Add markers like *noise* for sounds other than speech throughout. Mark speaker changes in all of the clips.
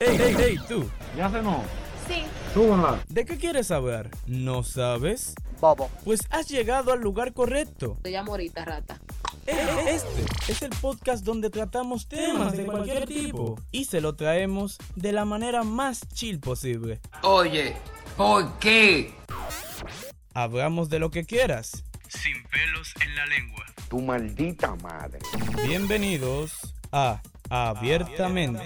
Speaker 1: ¡Ey, ey, ey, tú!
Speaker 2: ¿Ya se no?
Speaker 3: Sí.
Speaker 2: Súbanla.
Speaker 1: ¿De qué quieres saber? ¿No sabes?
Speaker 4: Bobo.
Speaker 1: Pues has llegado al lugar correcto.
Speaker 3: Te llamo ahorita, rata.
Speaker 1: Eh, Este es el podcast donde tratamos temas de cualquier tipo y se lo traemos de la manera más chill posible.
Speaker 5: Oye, ¿por qué?
Speaker 1: Hablamos de lo que quieras. Sin pelos en la lengua.
Speaker 6: tu maldita madre.
Speaker 1: Bienvenidos a Abiertamente.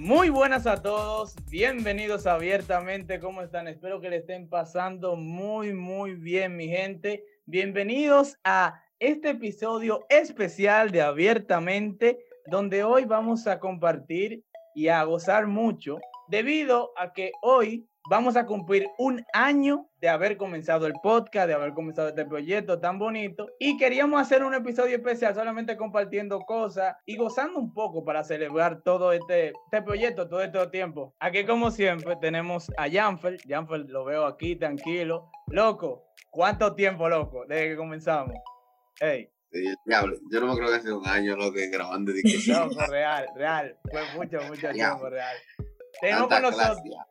Speaker 7: Muy buenas a todos, bienvenidos a abiertamente, ¿cómo están? Espero que le estén pasando muy, muy bien, mi gente. Bienvenidos a este episodio especial de abiertamente, donde hoy vamos a compartir y a gozar mucho, debido a que hoy vamos a cumplir un año de haber comenzado el podcast, de haber comenzado este proyecto tan bonito. Y queríamos hacer un episodio especial solamente compartiendo cosas y gozando un poco para celebrar todo este, este proyecto, todo este tiempo. Aquí, como siempre, tenemos a Janfer. Janfer lo veo aquí tranquilo. Loco, ¿cuánto tiempo, loco? Desde que comenzamos. Hey.
Speaker 8: Sí, diablo, yo no me creo que hace un año lo que grabando de que
Speaker 7: Loco, real, real. Fue mucho, mucho tiempo, real. *laughs* Tenemos
Speaker 8: tanta
Speaker 7: con nosotros.
Speaker 8: clase, ya.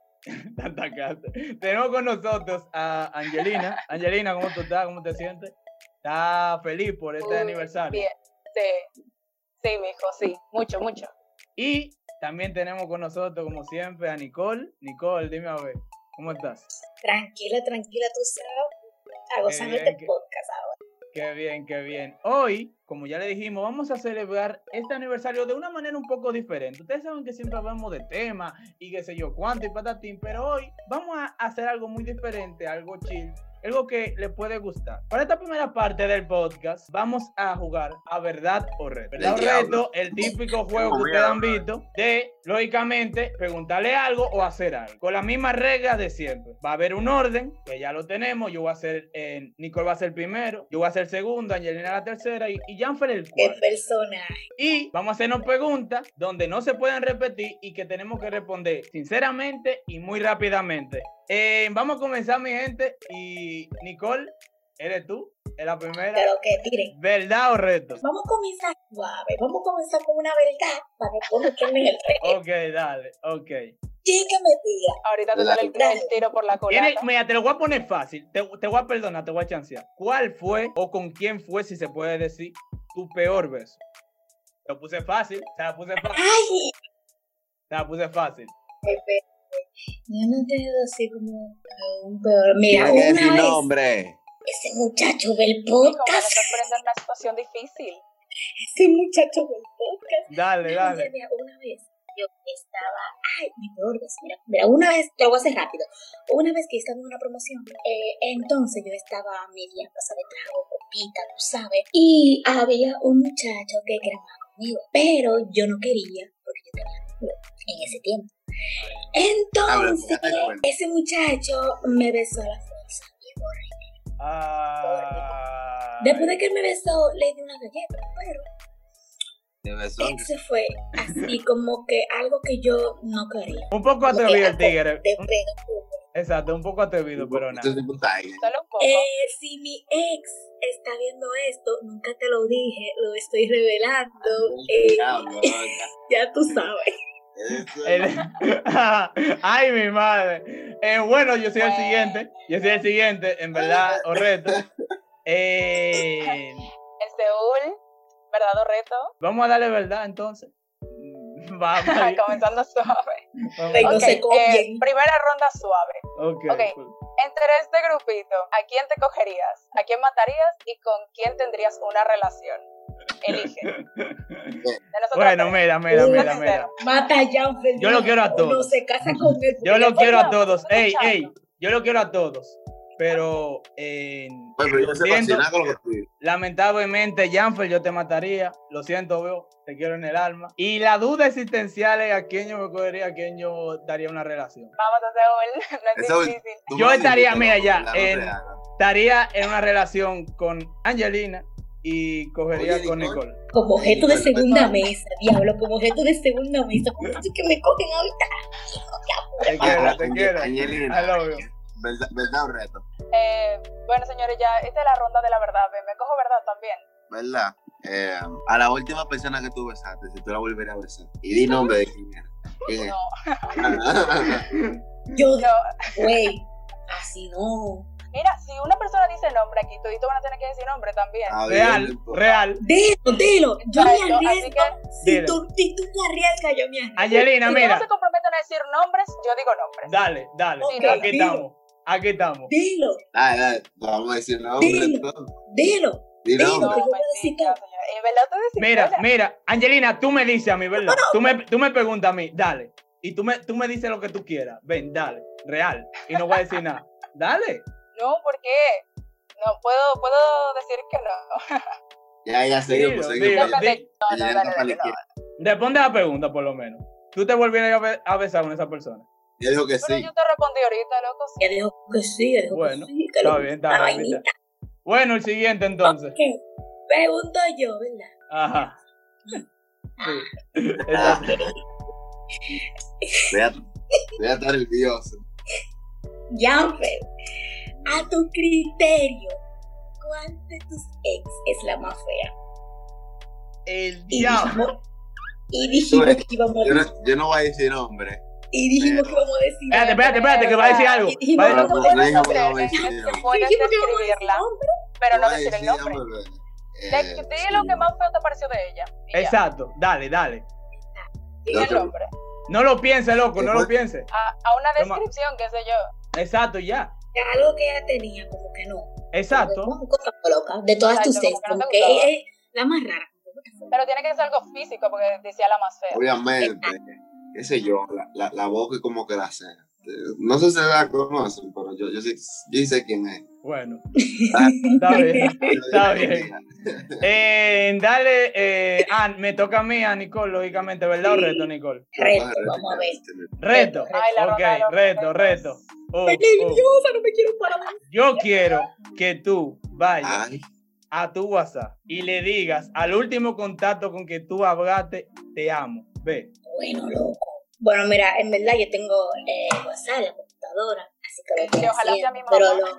Speaker 7: Tanta casa. Tenemos con nosotros a Angelina. Angelina, ¿cómo tú estás? ¿Cómo te sientes? ¿Estás feliz por este
Speaker 3: Muy
Speaker 7: aniversario?
Speaker 3: Bien, sí. Sí, mijo, sí. Mucho, mucho.
Speaker 7: Y también tenemos con nosotros, como siempre, a Nicole. Nicole, dime a ver, ¿cómo estás?
Speaker 9: Tranquila, tranquila, tú sabes. A gozar
Speaker 7: bien,
Speaker 9: este
Speaker 7: que-
Speaker 9: podcast ahora.
Speaker 7: Qué bien, qué bien. Hoy, como ya le dijimos, vamos a celebrar este aniversario de una manera un poco diferente. Ustedes saben que siempre hablamos de temas y qué sé yo cuánto y patatín, pero hoy vamos a hacer algo muy diferente, algo chill, algo que le puede gustar. Para esta primera parte del podcast, vamos a jugar a verdad o reto. ¿Verdad o reto?
Speaker 8: diablo.
Speaker 7: El típico juego que
Speaker 8: Como
Speaker 7: ustedes han
Speaker 8: mierda.
Speaker 7: visto de, lógicamente, preguntarle algo o hacer algo. Con las mismas reglas de siempre. Va a haber un orden, que ya lo tenemos. Yo voy a ser, eh, Nicole va a ser primero, yo voy a ser segundo, Angelina la tercera y, y Janfer el
Speaker 9: Qué
Speaker 7: cuarto.
Speaker 9: personaje.
Speaker 7: Y vamos a hacernos preguntas donde no se pueden repetir y que tenemos que responder sinceramente y muy rápidamente. Eh, vamos a comenzar, mi gente. Y Nicole, eres tú, es la primera.
Speaker 9: Pero que tiren.
Speaker 7: ¿Verdad o reto?
Speaker 9: Vamos a comenzar suave. Vamos a comenzar con una verdad para que tú no quemes el rey.
Speaker 7: Ok, dale, ok.
Speaker 9: Chica mentira.
Speaker 3: Ahorita te sale el,
Speaker 9: Dale.
Speaker 3: el tiro por la
Speaker 7: Tiene-
Speaker 3: culata.
Speaker 7: mira, te lo voy a poner fácil. Te, te voy a perdonar, te voy a chancear. ¿Cuál fue o con quién fue, si se puede decir, tu peor beso? Te lo puse fácil, te la puse fácil,
Speaker 9: Ay,
Speaker 7: te la puse fácil.
Speaker 9: Pepe. Yo no te digo así como un peor. Mira,
Speaker 6: Tiene que decir
Speaker 9: una vez
Speaker 6: nombre.
Speaker 9: ese muchacho ve el
Speaker 3: Mijo, para
Speaker 9: podcast.
Speaker 3: sorprender una situación difícil.
Speaker 9: Ese muchacho ve el podcast.
Speaker 7: Dale,
Speaker 9: Ay,
Speaker 7: dale.
Speaker 9: mira, Una vez yo estaba, ay, mi peor vez, mira, mira, una vez, te lo voy a hacer rápido, una vez que estaba en una promoción, eh, entonces yo estaba media pasada de trago, copita, tú sabes, y había un muchacho que grababa conmigo, pero yo no quería, porque yo tenía novio en ese tiempo.
Speaker 8: Habla,
Speaker 9: Entonces,
Speaker 8: porque date cuenta.
Speaker 9: ese muchacho me besó a la fuerza. viejo.
Speaker 7: Ah,
Speaker 9: Después de que él me besó, le di una galleta, pero
Speaker 8: Te besó.
Speaker 9: eso fue así como que algo que yo no quería.
Speaker 7: un poco atrevido el tigre.
Speaker 9: de pedo puro.
Speaker 7: Exacto, un poco atrevido, pero nada.
Speaker 8: Tú eres un tiger.
Speaker 3: Solo un poco.
Speaker 9: Eh, si mi ex está viendo esto, nunca te lo dije, lo estoy revelando.
Speaker 3: Ah,
Speaker 9: eh,
Speaker 8: Diablo, loca.
Speaker 9: ya tú sabes.
Speaker 8: Eso es-
Speaker 7: El- *laughs* Ay, mi madre. Eh, bueno, yo soy el
Speaker 3: Bueno.
Speaker 7: siguiente. Yo soy el siguiente, en verdad, o reto. Eh,
Speaker 3: El Seúl, verdadero reto.
Speaker 7: *laughs* Vamos a darle verdad entonces. *laughs* Vamos. ahí.
Speaker 3: *laughs* Comenzando suave.
Speaker 7: Vamos.
Speaker 9: Ay, no
Speaker 3: Ok,
Speaker 9: se
Speaker 3: eh,
Speaker 9: copien.
Speaker 3: primera ronda suave.
Speaker 7: Ok. pues.
Speaker 3: ok. Entre este grupito, ¿a quién te cogerías? ¿A quién matarías? ¿Y con quién tendrías una relación?
Speaker 7: *laughs*
Speaker 3: Elige. De nosotros
Speaker 7: Bueno,
Speaker 3: tres.
Speaker 7: mira, mira,
Speaker 9: Uno
Speaker 7: mira,
Speaker 3: sincero.
Speaker 7: mira.
Speaker 9: Mata a Jan Fernando.
Speaker 7: Yo lo quiero a todos.
Speaker 9: No se casa con él.
Speaker 7: Yo lo
Speaker 3: Escucha,
Speaker 7: quiero a todos.
Speaker 3: escucha.
Speaker 7: Ey, ey, yo lo quiero a todos. Pero eh,
Speaker 8: Bueno, pero yo
Speaker 7: lo
Speaker 8: sé
Speaker 7: siento,
Speaker 8: vacilar con lo que tú dices.
Speaker 7: lamentablemente, Janfer, yo te mataría. Lo siento, veo. Te quiero en el alma. Y la duda existencial es a quién yo me cogería, a quién yo daría una relación.
Speaker 3: Vamos a Seúl. *laughs* No es
Speaker 8: Seúl.
Speaker 3: difícil.
Speaker 8: Tú
Speaker 7: Yo
Speaker 8: me
Speaker 7: estaría,
Speaker 8: dijiste,
Speaker 7: mira,
Speaker 8: no,
Speaker 7: ya,
Speaker 8: no te
Speaker 7: en-
Speaker 8: hagas.
Speaker 7: Estaría en una relación con Angelina y cogería
Speaker 8: Oye,
Speaker 7: con
Speaker 8: Nicole.
Speaker 7: Nicole.
Speaker 9: Como objeto de segunda mesa, diablo, como objeto de segunda mesa. ¿Cómo es que me cogen ahorita?
Speaker 7: Te quiero, te
Speaker 8: Ange-
Speaker 7: quiero.
Speaker 8: Ah, Angelina.
Speaker 7: I love you.
Speaker 8: ¿Verdad verdad o reto?
Speaker 3: Eh, bueno, señores, ya esta es la ronda de la verdad. ¿ve? Me cojo verdad también.
Speaker 8: ¿Verdad? Eh, a la última persona que tú besaste, si tú la volverías a besar. Y di nombre de quién era. ¿Quién es?
Speaker 3: No,
Speaker 9: Yo,
Speaker 3: no.
Speaker 9: güey, así no.
Speaker 3: Mira, si una persona dice nombre aquí, todito van a tener que decir nombre también.
Speaker 8: *laughs* Está bien, pues.
Speaker 7: Real,
Speaker 8: no
Speaker 7: real.
Speaker 9: Dilo,
Speaker 8: importa.
Speaker 9: dilo. Yo
Speaker 3: Ay,
Speaker 9: me
Speaker 3: no, así
Speaker 9: arriesgo.
Speaker 3: que
Speaker 9: Si
Speaker 7: Dilo.
Speaker 9: tú, si tú te arriesgas, yo me arriesgo.
Speaker 7: Angelina,
Speaker 3: si todos
Speaker 7: mira.
Speaker 3: se comprometen a decir nombres, yo digo nombres.
Speaker 7: Dale, dale.
Speaker 9: Ok,
Speaker 7: Aquí
Speaker 9: dilo.
Speaker 7: estamos. Aquí estamos.
Speaker 9: Dilo,
Speaker 8: Dale, dale. Vamos a decir nombre
Speaker 9: Dilo.
Speaker 8: entonces.
Speaker 9: dilo.
Speaker 8: Di
Speaker 9: Dilo.
Speaker 8: nombre.
Speaker 9: yo voy a decir
Speaker 3: mentira,
Speaker 9: todo.
Speaker 3: señora. Es verdad, tú decís,
Speaker 7: Mira,
Speaker 3: ¿verdad?
Speaker 7: mira, Angelina, tú me dices a mí, ¿verdad? Tú me, tú me preguntas a mí, dale. Y tú me, tú me dices lo que tú quieras. Ven, dale, real. Y no voy a decir nada. Dale.
Speaker 3: No, ¿por qué? No, puedo, puedo decir que
Speaker 8: Pues
Speaker 3: no.
Speaker 8: Ya, ya, pues, seguimos,
Speaker 7: Dilo,
Speaker 8: seguimos.
Speaker 7: dilo,
Speaker 8: ya.
Speaker 7: di-
Speaker 3: No, no,
Speaker 8: Ya
Speaker 3: dale,
Speaker 8: no
Speaker 3: dale, no.
Speaker 8: paliquea.
Speaker 7: Responde la pregunta, por lo menos. Tú te volvieras a, be- a besar con esa persona.
Speaker 8: Ya dijo que
Speaker 3: Pero
Speaker 8: sí.
Speaker 3: yo te respondí ahorita, loco. sí.
Speaker 9: Ya dijo que sí, ya dijo
Speaker 7: Bueno,
Speaker 9: que sí. Que
Speaker 7: Está
Speaker 9: lo-
Speaker 7: bien,
Speaker 9: la
Speaker 7: está bien.
Speaker 9: vainita.
Speaker 7: está. Bueno, el siguiente entonces.
Speaker 9: Ok, Pregunto yo, ¿verdad?
Speaker 7: Ajá. Sí. Exacto.
Speaker 8: Voy a, voy a estar nervioso.
Speaker 9: Jumper, pues. a tu criterio, ¿cuál de tus ex es la más fea?
Speaker 7: El
Speaker 9: Y
Speaker 7: diablo.
Speaker 9: dijimos, y dijimos que íbamos a
Speaker 8: Yo no, yo no voy a decir nombre.
Speaker 9: Y dijimos que vamos a decir.
Speaker 7: Espérate, espérate, espérate, que va a decir algo. Va a
Speaker 8: Pero
Speaker 7: decir-
Speaker 8: no,
Speaker 3: puedes
Speaker 8: no dijo que no
Speaker 3: hacer,
Speaker 8: voy a decir
Speaker 3: ¿eh?
Speaker 8: nombre.
Speaker 3: Puedes
Speaker 9: Dijimos que íbamos a decir
Speaker 3: describirla,
Speaker 9: nombre.
Speaker 3: pero no
Speaker 8: Voy a
Speaker 3: decir el
Speaker 8: decir
Speaker 3: nombre.
Speaker 8: nombre.
Speaker 3: De,
Speaker 8: Eh,
Speaker 3: di lo que más feo te pareció de ella. y ya.
Speaker 7: Exacto, dale, dale.
Speaker 3: Di
Speaker 8: Lo
Speaker 3: el
Speaker 8: que-
Speaker 3: nombre.
Speaker 7: No lo pienses, loco, no lo
Speaker 8: Después-
Speaker 7: pienses.
Speaker 3: A, a una
Speaker 7: Toma.
Speaker 3: descripción, qué sé yo.
Speaker 7: Exacto, ya.
Speaker 9: Algo que ella tenía, como que no.
Speaker 7: Exacto.
Speaker 9: Como cosa loca, De todas
Speaker 3: Exacto,
Speaker 9: tus ex,
Speaker 3: como que no
Speaker 9: como
Speaker 3: te
Speaker 9: que
Speaker 3: gustaba.
Speaker 9: es la más rara.
Speaker 3: Pero tiene que ser algo físico, porque decía la más fea.
Speaker 8: Obviamente, qué sé yo, la, la, la voz que como que la sé. Eh, No sé si la conocen, pero yo, yo, sí, yo sí sé quién
Speaker 3: *laughs*
Speaker 8: es.
Speaker 7: Bueno, está bien. Está bien. Eh, dale, eh, ah, me toca a mí, a Nicole, lógicamente, ¿verdad?
Speaker 9: Sí.
Speaker 7: O reto, Nicole.
Speaker 9: *laughs* Reto, vamos a ver.
Speaker 8: este,
Speaker 7: Reto.
Speaker 3: Ay, la
Speaker 7: Ok,
Speaker 3: Ronaldo,
Speaker 7: reto,
Speaker 3: Ronaldo.
Speaker 7: reto. Oh,
Speaker 9: Estoy
Speaker 7: oh.
Speaker 9: nerviosa, no me quiero parar.
Speaker 7: Yo quiero que tú vayas
Speaker 8: Ay,
Speaker 7: a tu WhatsApp y le digas al último contacto con que tú hablaste, te amo. Ve.
Speaker 9: Bueno, loco. Bueno, mira, en verdad yo tengo eh, WhatsApp, la computadora, así que lo estoy
Speaker 3: Que ojalá sea
Speaker 9: haciendo,
Speaker 3: mi mamá.
Speaker 9: Pero, lo-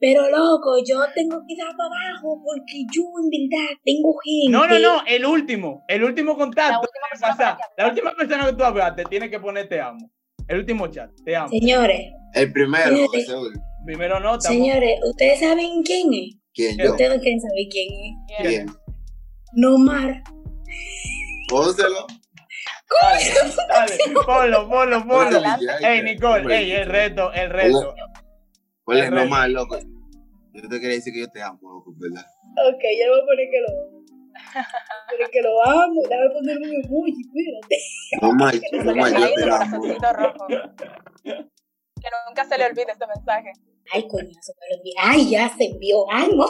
Speaker 9: pero loco, yo tengo que dar para abajo porque yo en verdad tengo gente.
Speaker 7: No, no, no, el úlimo, el último
Speaker 3: La
Speaker 7: contacto. *laughs*
Speaker 3: última persona.
Speaker 7: WhatsApp.
Speaker 3: con la que
Speaker 7: La última persona que tú hablaste tiene que poner te amo. El último chat, te amo.
Speaker 9: Señores,
Speaker 8: el primero,
Speaker 9: Fíjate.
Speaker 8: ese último.
Speaker 7: Primero nota.
Speaker 9: señores, ¿ustedes saben quién es?
Speaker 8: ¿Quién yo?
Speaker 9: Ustedes no quieren saber quién es.
Speaker 3: quiere.
Speaker 8: ¿Quién?
Speaker 9: Nomar.
Speaker 8: Pónselo.
Speaker 7: Dale,
Speaker 9: *laughs*
Speaker 7: dale, ponlo, ponlo, ponlo.
Speaker 8: Pónselo ya,
Speaker 7: Ey,
Speaker 8: que-
Speaker 7: Nicole, ey, el reto, el reto.
Speaker 8: ¿Cuál es
Speaker 7: el
Speaker 8: lo
Speaker 7: reto.
Speaker 8: más, loco? Yo te quería decir que yo te amo, loco, ¿verdad?
Speaker 9: Ok, ya voy a poner que lo amo. Pero que lo amo, déjame ponerme un emoji, espérate.
Speaker 8: No más, no más,
Speaker 3: Ahí,
Speaker 8: yo
Speaker 3: tu
Speaker 8: te amo.
Speaker 3: corazoncito rojo. Que nunca se le olvide este mensaje.
Speaker 9: Ay, coñazo, me lo envié. Ay, ya se envió. Ay, no.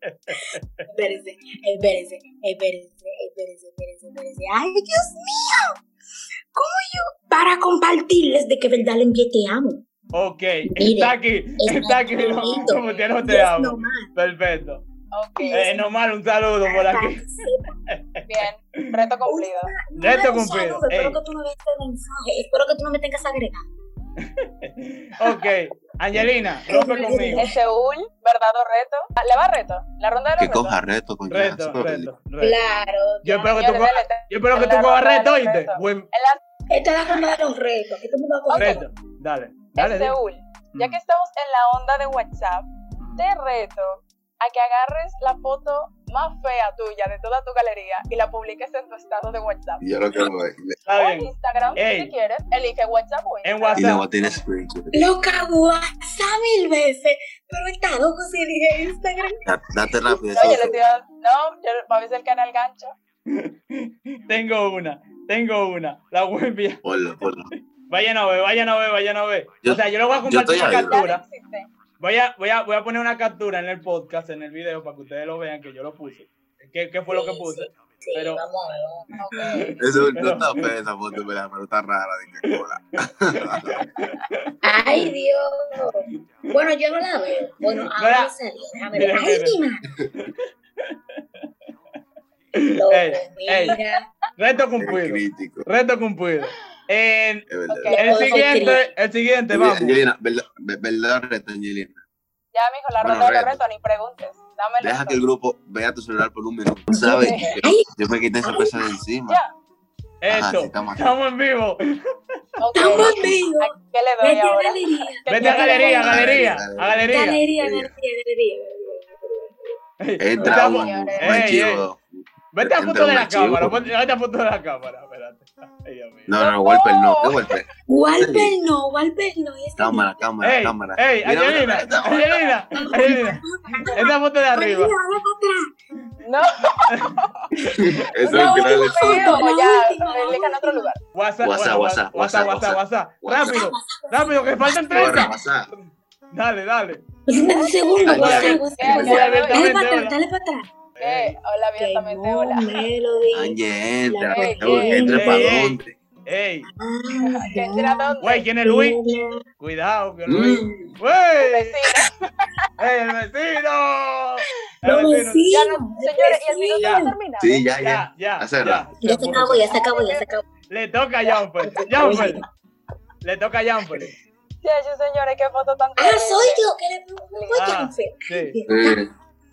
Speaker 9: Espérense, espérense, espérense, espérense, espérense, espérense. Ay, Dios mío. ¿Cómo yo? Para compartirles de que verdad le envié te
Speaker 7: *laughs*
Speaker 9: amo.
Speaker 7: Ok, está aquí, *laughs* está aquí. no,
Speaker 9: bonito.
Speaker 7: Como te no te
Speaker 9: Yes,
Speaker 7: amo.
Speaker 9: Nomar.
Speaker 7: Perfecto.
Speaker 3: Ok,
Speaker 7: Eh, nomás un saludo por aquí.
Speaker 9: *laughs*
Speaker 3: bien. Reto cumplido.
Speaker 7: Reto
Speaker 9: Nomar, un
Speaker 7: cumplido,
Speaker 9: saludo. Espero
Speaker 7: ey.
Speaker 9: que tú no veas este mensaje. Espero que tú no me tengas agregado.
Speaker 7: Ok, Angelina, rompe conmigo.
Speaker 3: El Seúl, verdadero reto. Ah, ¿Le va reto? La ronda de los
Speaker 8: Que
Speaker 3: retos.
Speaker 8: coja reto, con
Speaker 7: Reto, reto, reto.
Speaker 9: Claro.
Speaker 7: Yo espero que tú
Speaker 3: Señores,
Speaker 7: cojas,
Speaker 3: dale,
Speaker 7: yo espero que
Speaker 3: la
Speaker 7: tú cojas
Speaker 3: ronda de
Speaker 7: reto,
Speaker 3: los
Speaker 7: oíste.
Speaker 3: retos.
Speaker 7: Buen
Speaker 3: En la-
Speaker 9: Esta es la forma de los retos. Aquí todo el mundo va a coger.
Speaker 7: reto. Dale, dale.
Speaker 3: en
Speaker 7: di.
Speaker 3: Seúl, ya
Speaker 7: Mm.
Speaker 3: que estamos en la onda de WhatsApp, te reto a que agarres la foto más fea tuya de toda tu galería y la publiques en tu estado de WhatsApp.
Speaker 8: Yo lo que voy.
Speaker 3: O
Speaker 7: Está
Speaker 3: en
Speaker 7: bien.
Speaker 3: Instagram,
Speaker 7: Ey.
Speaker 3: si quieres, elige WhatsApp o
Speaker 7: En
Speaker 3: Instagram.
Speaker 8: Y
Speaker 7: WhatsApp.
Speaker 8: luego tiene screenshot.
Speaker 9: Loca, WhatsApp mil veces. Pero está loco si elige Instagram.
Speaker 8: Da- Date rápido.
Speaker 3: No, yo
Speaker 8: eso.
Speaker 3: le estoy dando- no, yo me avisé el canal gancho.
Speaker 7: Tengo una, tengo una. La voy a enviar.
Speaker 8: Ponlo, ponlo.
Speaker 7: Vayan a ver, vayan a ver, vayan a ver.
Speaker 8: Yo-
Speaker 7: o sea, yo le voy a
Speaker 8: yo estoy
Speaker 7: compartir una
Speaker 8: ahí, bro.
Speaker 3: Ya no
Speaker 7: captura.
Speaker 3: existe.
Speaker 7: Voy a, voy, a, voy a poner una captura en el podcast, en el video, para que ustedes lo vean que yo lo puse. ¿Qué, qué fue lo que
Speaker 9: Sí,
Speaker 7: puse?
Speaker 9: Sí,
Speaker 7: Pero-
Speaker 9: vamos a ver. vamos a ver.
Speaker 3: Ok.
Speaker 8: Eso
Speaker 7: Pero-
Speaker 8: no está pues, fea esa foto, ¿verdad? pero está rara de que cola.
Speaker 7: *laughs*
Speaker 9: Ay, Dios. Bueno, yo no la veo. Bueno, ahora
Speaker 7: Mira.
Speaker 9: salió. Déjame ver.
Speaker 7: Mira,
Speaker 9: Ay,
Speaker 7: mira.
Speaker 9: mi madre. Loco,
Speaker 7: Ey, ey.
Speaker 9: mira.
Speaker 7: Reto
Speaker 8: Es
Speaker 7: cumplido.
Speaker 8: crítico.
Speaker 7: Reto cumplido. En-
Speaker 8: Es verdad.
Speaker 3: Ok.
Speaker 7: el siguiente, el siguiente,
Speaker 8: Angelina,
Speaker 7: vamos.
Speaker 8: Angelina, verdad, ve- verdad reto, Angelina.
Speaker 3: Ya, mijo, la
Speaker 8: Bueno,
Speaker 3: ronda de los
Speaker 8: reto.
Speaker 3: retos, ni preguntes. Dame el
Speaker 8: Deja
Speaker 3: reto.
Speaker 8: que el grupo vea tu celular por un minuto. ¿Sabes? Yo,
Speaker 9: Ay,
Speaker 8: yo me quité esa cosa de encima.
Speaker 3: Ya.
Speaker 8: Ajá, sí,
Speaker 7: Eso,
Speaker 8: estamos aquí.
Speaker 7: estamos en vivo.
Speaker 8: *laughs*
Speaker 3: Ok.
Speaker 9: Estamos vivos.
Speaker 3: ¿A ¿Qué le doy
Speaker 9: Vete a
Speaker 3: ahora?
Speaker 9: galería.
Speaker 3: ¿Qué-
Speaker 7: Vete a
Speaker 3: qué-
Speaker 7: galería, a galería,
Speaker 8: Galería,
Speaker 7: a galería.
Speaker 9: Galería,
Speaker 8: Galería.
Speaker 9: galería, galería.
Speaker 8: Entra
Speaker 7: Estamos-
Speaker 8: un un
Speaker 3: Ey,
Speaker 8: archivo.
Speaker 7: Vete a
Speaker 8: Entra
Speaker 7: foto de
Speaker 8: un
Speaker 7: la
Speaker 8: archivo.
Speaker 7: cámara, ponte- vete a foto de la cámara, espérate. Ay, Dios mío.
Speaker 8: No, no, golpe no, qué golpe.
Speaker 9: Walper no, Walper no. y ese
Speaker 8: Cámara, cámara,
Speaker 7: Ey,
Speaker 8: cámara.
Speaker 7: ey,
Speaker 8: Mira, mira,
Speaker 7: Angelina,
Speaker 8: mira,
Speaker 7: Angelina, Angelina, esta foto de
Speaker 9: Mira,
Speaker 7: arriba.
Speaker 9: vamos para atrás.
Speaker 3: No,
Speaker 8: Eso
Speaker 9: La
Speaker 8: es
Speaker 9: última
Speaker 8: grave.
Speaker 9: foto,
Speaker 3: no,
Speaker 9: la
Speaker 3: ya,
Speaker 9: última, la
Speaker 3: elijan otro
Speaker 9: última.
Speaker 3: lugar.
Speaker 7: WhatsApp, WhatsApp,
Speaker 8: WhatsApp, WhatsApp,
Speaker 7: WhatsApp,
Speaker 8: WhatsApp,
Speaker 7: WhatsApp. Rápido,
Speaker 8: WhatsApp.
Speaker 7: rápido, que faltan
Speaker 8: Corre,
Speaker 7: 30.
Speaker 8: WhatsApp.
Speaker 7: Dale, dale.
Speaker 9: Un segundo,
Speaker 8: Ay,
Speaker 9: WhatsApp,
Speaker 8: ay,
Speaker 9: WhatsApp,
Speaker 3: ay,
Speaker 9: WhatsApp.
Speaker 7: ay,
Speaker 9: Dale
Speaker 7: ay,
Speaker 9: para
Speaker 7: ay,
Speaker 9: atrás, dale para atrás.
Speaker 7: Ey,
Speaker 3: ¿Qué? Hola, abiertamente,
Speaker 9: Llegó
Speaker 3: hola. *laughs*
Speaker 9: Melody.
Speaker 8: Añe, entra,
Speaker 9: La
Speaker 8: por
Speaker 3: pegué.
Speaker 8: favor, entra
Speaker 7: Ey,
Speaker 8: para
Speaker 7: ey.
Speaker 8: dónde.
Speaker 7: ey,
Speaker 9: Ah,
Speaker 3: ¿Qué será dónde?
Speaker 7: güey, ¿quién es Luis? Cuidado, que Luis.
Speaker 8: Mm.
Speaker 7: ¡Güey!
Speaker 3: Vecino.
Speaker 7: ¡Ey, el vecino!
Speaker 9: Los
Speaker 7: El vecino.
Speaker 3: Ya
Speaker 9: vecinos,
Speaker 3: no, señores, y
Speaker 7: Ya.
Speaker 9: los
Speaker 3: el minuto no ha
Speaker 9: vecinos.
Speaker 3: terminado.
Speaker 8: Sí, ya, ya.
Speaker 7: Ya, ya,
Speaker 8: A cerrar.
Speaker 9: Ya se acabó, ya se acabó, ya se acabó.
Speaker 7: Le toca a Jumper. Jumper. Le toca a Jumper.
Speaker 3: Ya, ya, señores, qué foto tan
Speaker 9: Ah,
Speaker 3: terrible.
Speaker 9: soy yo, que le pongo
Speaker 7: Ah,
Speaker 9: Jennifer.
Speaker 7: Sí.
Speaker 9: ¿verdad?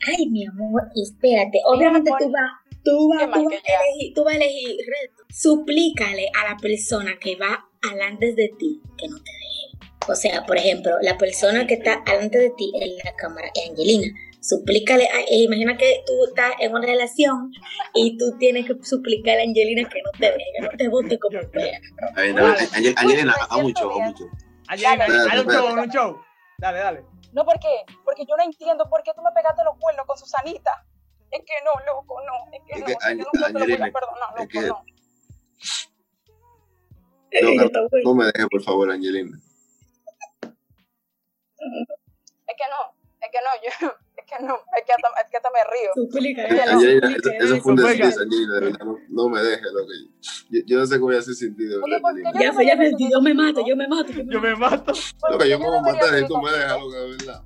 Speaker 9: Ay, mi amor, espérate. Obviamente tú vas, tú vas,
Speaker 3: Qué mal
Speaker 9: tú vas
Speaker 3: que
Speaker 9: a elegir, tú vas a elegir reto. Suplícale a la persona que va alante de ti que no te deje. O sea, por ejemplo, la persona que está alante de ti en la cámara es Angelina. Suplícale, a- e imagina que tú estás en una relación y tú tienes que suplicarle a Angelina que no te deje, que no te bote como fea.
Speaker 8: Ahí está. Angel- Angelina, a mucho, a mucho.
Speaker 7: Angelina,
Speaker 8: Espérate,
Speaker 7: hay un
Speaker 8: espérate.
Speaker 7: show, un show. Dale, dale.
Speaker 3: No, ¿por qué? Porque yo no entiendo por qué tú me pegaste los cuernos con Susanita. Es que no, loco, no. Es que
Speaker 8: Es
Speaker 3: no,
Speaker 8: que,
Speaker 3: o sea, yo
Speaker 8: Ange-
Speaker 3: no puedo te lo voy
Speaker 8: Angelina,
Speaker 3: a perdonar,
Speaker 8: es
Speaker 3: loco,
Speaker 8: que-
Speaker 3: no.
Speaker 8: No,
Speaker 9: *laughs* Yo
Speaker 8: Carlos,
Speaker 9: tampoco-
Speaker 8: no me dejes, por favor, Angelina.
Speaker 3: Es que no, es que no, yo, *laughs* es que no, es que hasta, es que hasta me río.
Speaker 9: Suplícale,
Speaker 3: Ya no,
Speaker 8: Angelina, eso,
Speaker 9: suplícale,
Speaker 8: eso fue un
Speaker 7: venga.
Speaker 8: desliz, Angelina, de verdad. No, no me dejes, loco. Yo, yo no sé cómo voy a hacer sentido,
Speaker 3: Oye, ¿por qué
Speaker 8: Angelina.
Speaker 9: Ya fue, ya fue, yo me mato, yo me mato.
Speaker 7: Yo me mato.
Speaker 3: Porque
Speaker 8: Loco, yo
Speaker 3: no
Speaker 8: puedo
Speaker 3: debería
Speaker 8: matar si
Speaker 3: seguir
Speaker 8: tú me
Speaker 3: contigo.
Speaker 8: dejas, loco, de verdad.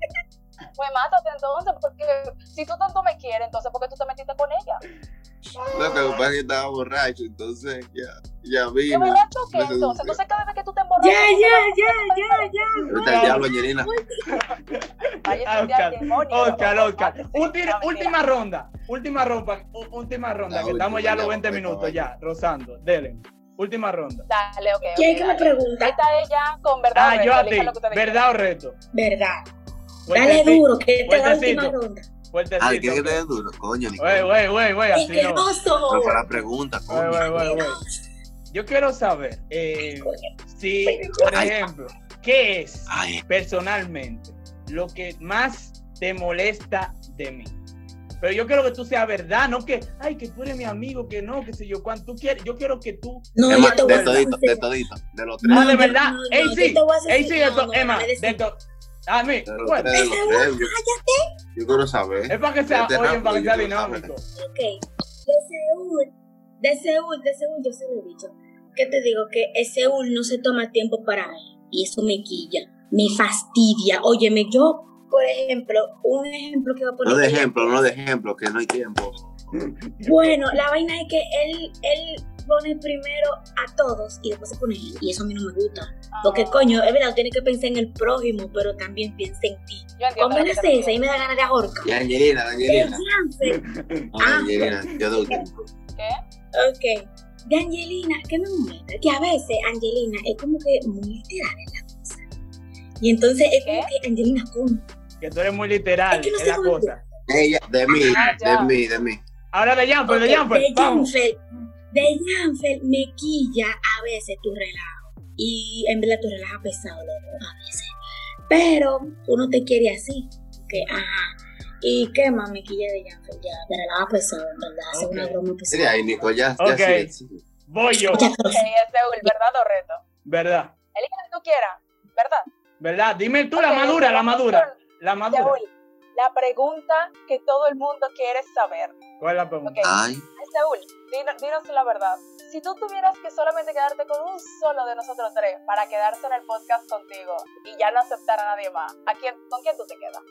Speaker 3: Pues mátate entonces, porque si tú tanto me quieres, entonces ¿por qué tú te metiste con ella?
Speaker 8: Loco, lo que pasa es que estaba borracho, entonces ya, ya
Speaker 3: ¿Qué
Speaker 8: vino.
Speaker 3: borracho qué
Speaker 8: no sé,
Speaker 3: entonces?
Speaker 8: no sé.
Speaker 3: Entonces cada vez que tú te emborrachas...
Speaker 9: Ya, ya, ya, ya, ya.
Speaker 8: Ahorita ya hablo, Angelina.
Speaker 3: Ahí está el
Speaker 7: Oscar,
Speaker 3: demonio.
Speaker 7: Oscar, Oscar.
Speaker 3: Ah,
Speaker 7: Última,
Speaker 3: mentira.
Speaker 7: última ronda. Última ronda. u- Última ronda.
Speaker 8: La
Speaker 7: Que estamos
Speaker 8: última,
Speaker 7: ya a los
Speaker 8: ya,
Speaker 7: 20
Speaker 8: por favor.
Speaker 7: minutos ya, rozando. Dele. Última ronda.
Speaker 3: Dale, ok.
Speaker 9: ¿Quién
Speaker 3: ok,
Speaker 9: que me
Speaker 3: dale.
Speaker 9: pregunta?
Speaker 3: Ahí está ella con verdad.
Speaker 7: Ah,
Speaker 3: o
Speaker 7: yo
Speaker 3: reto,
Speaker 7: a ti.
Speaker 3: elija lo que ustedes
Speaker 7: ¿Verdad o reto?
Speaker 9: ¿Verdad? Dale
Speaker 7: Fuertecito,
Speaker 9: duro, que este esta es la
Speaker 7: Fuertecito.
Speaker 9: última ronda.
Speaker 7: Fuertecito.
Speaker 8: Ah, ¿quieres que te den duro? Coño, Nicole.
Speaker 7: Wey, wey, wey, wey, así
Speaker 9: Este
Speaker 7: no.
Speaker 9: ¡Asqueroso!
Speaker 8: Pero para preguntas,
Speaker 7: Wey,
Speaker 8: coño.
Speaker 7: wey, wey, wey. Yo quiero saber eh, si, por
Speaker 8: Ay.
Speaker 7: ejemplo, ¿qué es
Speaker 8: Ay,
Speaker 7: personalmente lo que más te molesta de mí? Pero yo quiero que tú seas verdad, no que, ay, que tú eres mi amigo, que no, que sé yo, cuánto tú quieres. Yo quiero que tú
Speaker 9: No,
Speaker 8: Es
Speaker 9: yo
Speaker 8: más,
Speaker 9: te voy a
Speaker 8: de
Speaker 9: ser
Speaker 8: todito, de
Speaker 9: sincera.
Speaker 8: todito, de los tres.
Speaker 7: Ah,
Speaker 9: No,
Speaker 7: de
Speaker 9: yo-
Speaker 7: verdad.
Speaker 9: no, no,
Speaker 7: Ey,
Speaker 9: yo
Speaker 7: sí.
Speaker 9: te voy a ser
Speaker 7: Ey, sí,
Speaker 9: sincera.
Speaker 7: esto,
Speaker 9: No, no,
Speaker 7: Emma,
Speaker 9: no me des-
Speaker 7: de to- A mí,
Speaker 8: De los
Speaker 7: bueno,
Speaker 8: tres, de los tres. Yo,
Speaker 9: Ah,
Speaker 8: yo quiero
Speaker 7: pues. es
Speaker 8: saber.
Speaker 7: para que sea,
Speaker 8: Vete
Speaker 7: oye,
Speaker 8: rápido,
Speaker 7: para que sea
Speaker 8: yo quiero saber.
Speaker 7: dinámico.
Speaker 9: Ok. De Seúl, de Seúl, de Seúl, yo se lo he dicho. Que te digo que el Seúl no se toma tiempo para mí. Y eso me quilla, me fastidia. Óyeme, yo, por ejemplo, un ejemplo que voy a poner.
Speaker 8: No de
Speaker 9: es-
Speaker 8: ejemplo, no de ejemplo, que no hay tiempo.
Speaker 9: Bueno, la vaina es que él, él pone primero a todos y después se pone él. Y eso a mí no me gusta.
Speaker 3: Ah,
Speaker 9: Porque coño, es verdad, tiene que pensar en el prójimo, pero también piensa en ti.
Speaker 3: Yo entiendo.
Speaker 9: Hombre,
Speaker 3: lo
Speaker 9: la
Speaker 3: que te
Speaker 9: cesa y
Speaker 3: digo.
Speaker 9: me da ganas de ahorca.
Speaker 8: Y Angelina,
Speaker 9: De
Speaker 8: Angelina.
Speaker 9: Jansen.
Speaker 8: No, Angelina, yo de último.
Speaker 3: ¿Qué?
Speaker 9: Ok. De Angelina, ¿qué me molesta? Que a veces Angelina es como que muy literal en la cosa. Y entonces es como que Angelina, ¿cómo?
Speaker 7: Que tú eres muy literal
Speaker 9: Es que no
Speaker 7: en
Speaker 9: sé
Speaker 7: la
Speaker 9: cómo
Speaker 7: cosa.
Speaker 8: Ella, de mí,
Speaker 3: Ah, ya.
Speaker 8: de mí, de mí.
Speaker 7: Ahora de Jamper,
Speaker 9: Ok,
Speaker 7: de Jamper,
Speaker 9: de
Speaker 7: vamos.
Speaker 9: Janfel, de Janfel me quilla a veces tu relajo. Y en verdad tu relajo es pesado, loco, a veces. Pero uno te quiere así. Que, ajá. ¿Y qué más me quilla de Janfel? Ya, te relajo pesado, en verdad. Hace
Speaker 7: Ok.
Speaker 9: una broma
Speaker 8: Sí,
Speaker 9: pesada.
Speaker 8: ahí, Nicole, ya,
Speaker 7: Ok.
Speaker 8: ya sí. sí.
Speaker 7: Voy yo.
Speaker 9: Ya, pero
Speaker 3: Ok, es Seúl, ¿verdad o reto?
Speaker 7: ¿Verdad?
Speaker 3: Elige lo que tú quieras, ¿verdad?
Speaker 7: ¿Verdad? Dime tú la
Speaker 3: Ok,
Speaker 7: madura, la
Speaker 3: Seúl,
Speaker 7: madura. La madura.
Speaker 3: Seúl, la pregunta que todo el mundo quiere saber.
Speaker 7: ¿Cuál es la pregunta?
Speaker 3: Ok,
Speaker 8: Ay,
Speaker 3: Saúl, dinos, dinos la verdad. Si tú tuvieras que solamente quedarte con un solo de nosotros tres para quedarse en el podcast contigo y ya no aceptar a nadie más, ¿a quién, ¿con quién tú te quedas?